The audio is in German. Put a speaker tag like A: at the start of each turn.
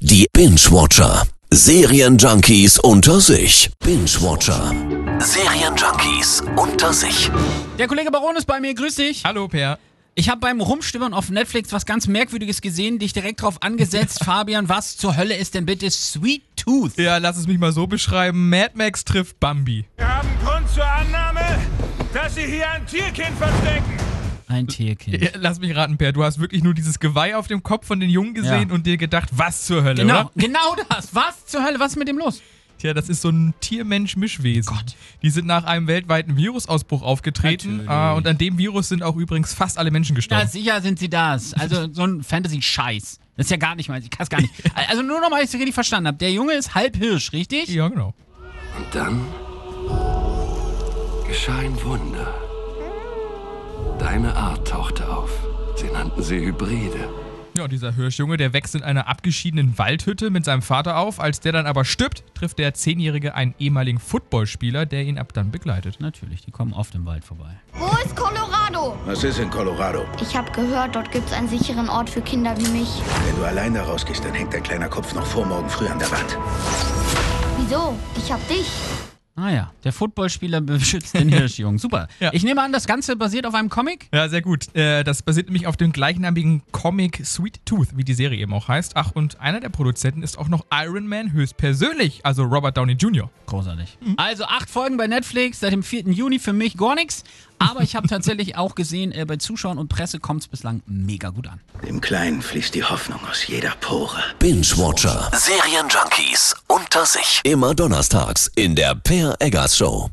A: Die Binge-Watcher. Serienjunkies unter sich. Binge-Watcher. Serienjunkies unter sich.
B: Der Kollege Baron ist bei mir, grüß dich.
C: Hallo, Per.
B: Ich habe beim Rumstimmen auf Netflix was ganz Merkwürdiges gesehen, dich direkt drauf angesetzt. Fabian, was zur Hölle ist denn bitte Sweet Tooth?
C: Ja, lass es mich mal so beschreiben. Mad Max trifft Bambi.
D: Wir haben Grund zur Annahme, dass Sie hier ein Tierkind verstecken.
B: Ein Tierkind.
C: Ja, lass mich raten, Per. Du hast wirklich nur dieses Geweih auf dem Kopf von den Jungen gesehen
B: Ja.
C: und dir gedacht, was zur Hölle,
B: Genau,
C: oder?
B: genau das. Was zur Hölle? Was ist mit dem los?
C: Tja, das ist so ein Tier-Mensch-Mischwesen.
B: Oh Gott.
C: Die sind nach einem weltweiten Virusausbruch aufgetreten. Äh, und an dem Virus sind auch übrigens fast alle Menschen
B: Na,
C: gestorben.
B: sicher sind sie das. Also so ein Fantasy-Scheiß. Das ist ja gar nicht meins. Ich kann es gar nicht. Also nur nochmal, dass ich es richtig verstanden habe. Der Junge ist halb Hirsch, richtig?
C: ja, genau.
E: Und dann geschah ein Wunder. Deine Art tauchte auf. Sie nannten sie Hybride.
C: Ja, und dieser Hirschjunge, der wächst in einer abgeschiedenen Waldhütte mit seinem Vater auf. Als der dann aber stirbt, trifft der Zehnjährige einen ehemaligen Footballspieler, der ihn ab dann begleitet.
B: Natürlich, die kommen oft im Wald vorbei.
F: Wo ist Colorado?
G: Was ist in Colorado?
F: Ich habe gehört, dort gibt's einen sicheren Ort für Kinder wie mich.
G: Wenn du allein da rausgehst, dann hängt dein kleiner Kopf noch vor morgen früh an der Wand.
F: Wieso? Ich hab dich.
B: Ah ja, der Footballspieler beschützt den Hirschjungen. Super.
C: Ja.
B: Ich nehme an, das Ganze basiert auf einem Comic?
C: Ja, sehr gut. Äh, das basiert nämlich auf dem gleichnamigen Comic Sweet Tooth, wie die Serie eben auch heißt. Ach, und einer der Produzenten ist auch noch Iron Man höchstpersönlich, also Robert Downey Jr.
B: Großartig. Also acht Folgen bei Netflix seit dem 4. Juni für mich gar nichts. Aber ich habe tatsächlich auch gesehen, äh, bei Zuschauern und Presse kommt es bislang mega gut an.
G: Dem Kleinen fließt die Hoffnung aus jeder Pore.
A: Binge-Watcher. Serienjunkies unter sich. Immer donnerstags in der Per Eggers Show.